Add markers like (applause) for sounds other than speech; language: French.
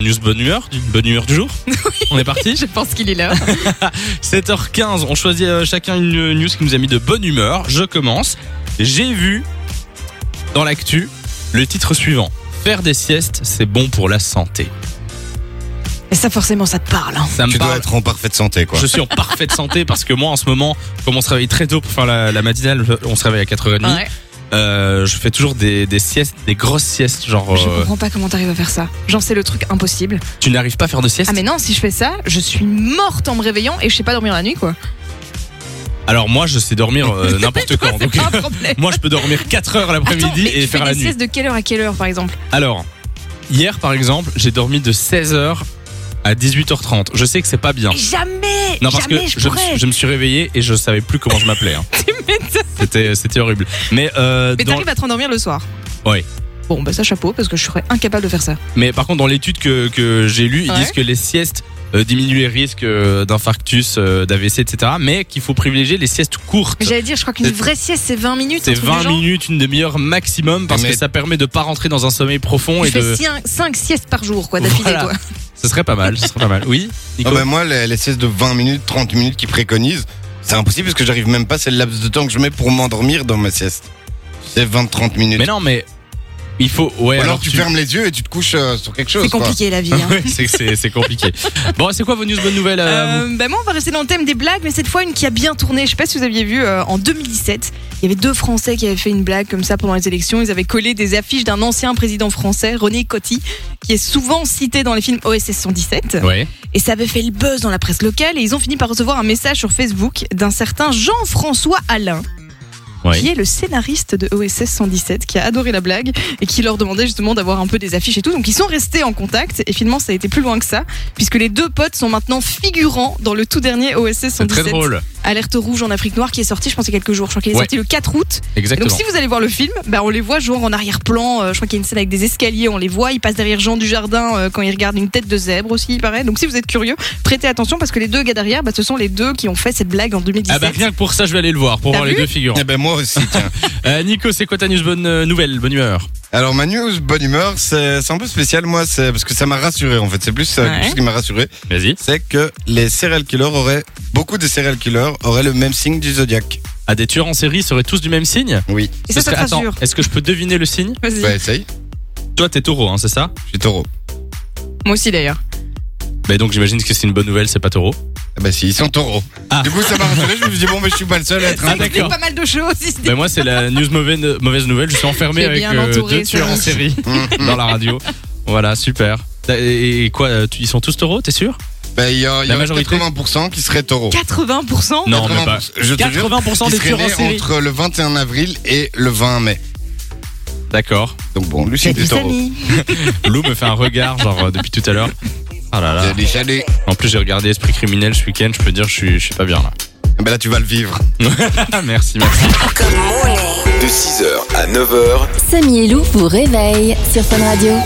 News bonne humeur, d'une bonne humeur du (laughs) jour. On est parti. Je pense qu'il est là. 7h15, on choisit euh, chacun une euh, news qui nous a mis de bonne humeur. Je commence. J'ai vu dans l'actu le titre suivant. Faire des siestes, c'est bon pour la santé. Et ça, forcément, ça te parle. hein. Ça me Tu dois parle. être en parfaite santé, quoi. Je suis en parfaite santé parce que moi en ce moment, comme on se réveille très tôt pour faire la, la matinale, on se réveille à 4h30, Ouais. euh, je fais toujours des, des siestes, des grosses siestes. Genre, Je euh, comprends pas comment t'arrives à faire ça. Genre, c'est le truc impossible. tu n'arrives pas à faire de sieste Ah, mais non, si je fais ça, je suis morte en me réveillant et je sais pas dormir la nuit, quoi. Alors moi, je sais dormir euh, n'importe quand. C'est (laughs) donc- pas un problème. (laughs) Moi, je peux dormir 4 heures Ah, Attends, l'après-midi mais tu et fais faire des la nuit. siestes de quelle heure à quelle heure, par exemple Alors, hier par exemple, j'ai dormi de 16h à 18h30. Je sais que c'est pas bien. Mais Jamais Non, parce Jamais que je me, suis- pourrais je me suis réveillé et je savais plus comment je m'appelais. hein. (laughs) Tu m'étonnes. C'était, c'était horrible. Mais, euh, Mais dans- t'arrives à te rendormir le soir Ouais. Bon, bah ça, chapeau, parce que je serais incapable de faire ça. mais par contre, dans l'étude que, que j'ai lue, ils Ouais. disent que les siestes euh, diminuent les risques euh, d'infarctus, euh, d'AVC, etc. Mais qu'il faut privilégier les siestes courtes. Mais j'allais dire, je crois qu'une C'est- vraie sieste, c'est 20 minutes. C'est un truc du 20 genre. minutes, une demi-heure maximum, parce Mais- que ça permet de pas rentrer dans un sommeil profond Tu et de. fais 5 siestes par jour, quoi, d'affilée, Voilà. (laughs) toi. Ce serait pas mal, ce serait pas mal. Oui, Nico Ah bah, moi, les, les siestes de 20 minutes, 30 minutes qu'ils préconisent, c'est impossible parce que j'arrive même pas, c'est le laps de temps que je mets pour m'endormir dans ma sieste. C'est 20-30 minutes. Mais non, mais il faut. Ouais, Ou alors, tu, tu- fermes les yeux et tu te couches euh, sur quelque chose. C'est quoi. compliqué, la vie. hein. (laughs) Ouais, c'est- c'est c'est (laughs) compliqué. bon, c'est quoi vos news bonnes nouvelles euh, Euh, bah moi, on va rester dans le thème des blagues, mais cette fois, une qui a bien tourné. Je sais pas si vous aviez vu, euh, en 2017, il y avait deux Français qui avaient fait une blague comme ça pendant les élections. Ils avaient collé des affiches d'un ancien président français, René Coty, qui est souvent cité dans les films OSS 117. vous Ouais. Et ça avait fait le buzz dans la presse locale. Et ils ont fini par recevoir un message sur Facebook d'un certain Jean-François Alain, Ouais. qui est le scénariste de OSS 117, qui a adoré la blague et qui leur demandait justement d'avoir un peu des affiches et tout. Donc ils sont restés en contact. Et finalement, ça a été plus loin que ça, puisque les deux potes sont maintenant figurants dans le tout dernier OSS C'est très 117. drôle. Alerte rouge en Afrique noire qui est sorti, je pense, il y a quelques jours. Je crois qu'il est Ouais. sorti le 4 août. Et Exactement. donc si vous allez voir le film, bah, on les voit genre en arrière-plan. Euh, je crois qu'il y a une scène avec des escaliers, on les voit. Ils passent derrière Jean Dujardin euh, quand il regarde une tête de zèbre aussi, il paraît. Donc si vous êtes curieux, prêtez attention parce que les deux gars derrière, bah, ce sont les deux qui ont fait cette blague en 2017. Ah bah rien que pour ça, je vais aller le voir pour T'as voir les vu deux figures. Euh, Eh ben, moi aussi, (laughs) tiens. Nico, c'est quoi ta news bonne euh, nouvelle, bonne humeur Alors, ma news, bonne humeur, c'est c'est un peu spécial, moi, c'est parce que ça m'a rassuré, en fait. C'est plus euh, quelque Ouais. chose qui m'a rassuré. Vas-y. C'est que les serial killers auraient, beaucoup des serial killers auraient le même signe du zodiaque. Ah, des tueurs en série seraient tous du même signe Oui. Et ça, Ce ça serait- te Attends, rassure. est-ce que je peux deviner le signe Vas-y. Bah, essaye. Toi, t'es taureau, hein, c'est ça Je suis taureau. Moi aussi d'ailleurs. Bah donc j'imagine que c'est une bonne nouvelle, c'est pas (laughs) taureau. Ah bah, si, ils sont taureaux. Ah. Du coup, ça m'a rassuré. Je me suis dit, bon, mais je suis pas le seul à être Ça un explique d'accord. pas mal de choses. ici. Bah moi, c'est la news mauvaise, mauvaise nouvelle. Je suis enfermé Tu es avec bien euh, entouré, deux tueurs en Samy. (laughs) série dans la radio. Voilà, super. Et et quoi, euh, tu- ils sont tous taureaux, t'es sûr Bah, il y a, il y La a majorité. 80% qui seraient taureaux. 80% Non, mais pas. 80%, Je te jure, 80% qui des seraient tueurs en nés série. entre le 21 avril et le 20 mai. D'accord. Donc bon, lui, T'as c'est dit des taureaux. Samy. Lou me fait un regard, genre, euh, depuis tout à l'heure. Ah là là. Salut, salut. En plus, j'ai regardé Esprit criminel ce week-end, je peux dire, je suis, je suis pas bien là. Ah Bah là, tu vas le vivre. Ah, (laughs) merci, merci. De 6h à 9h, Samy et Lou vous réveille sur Fun Radio.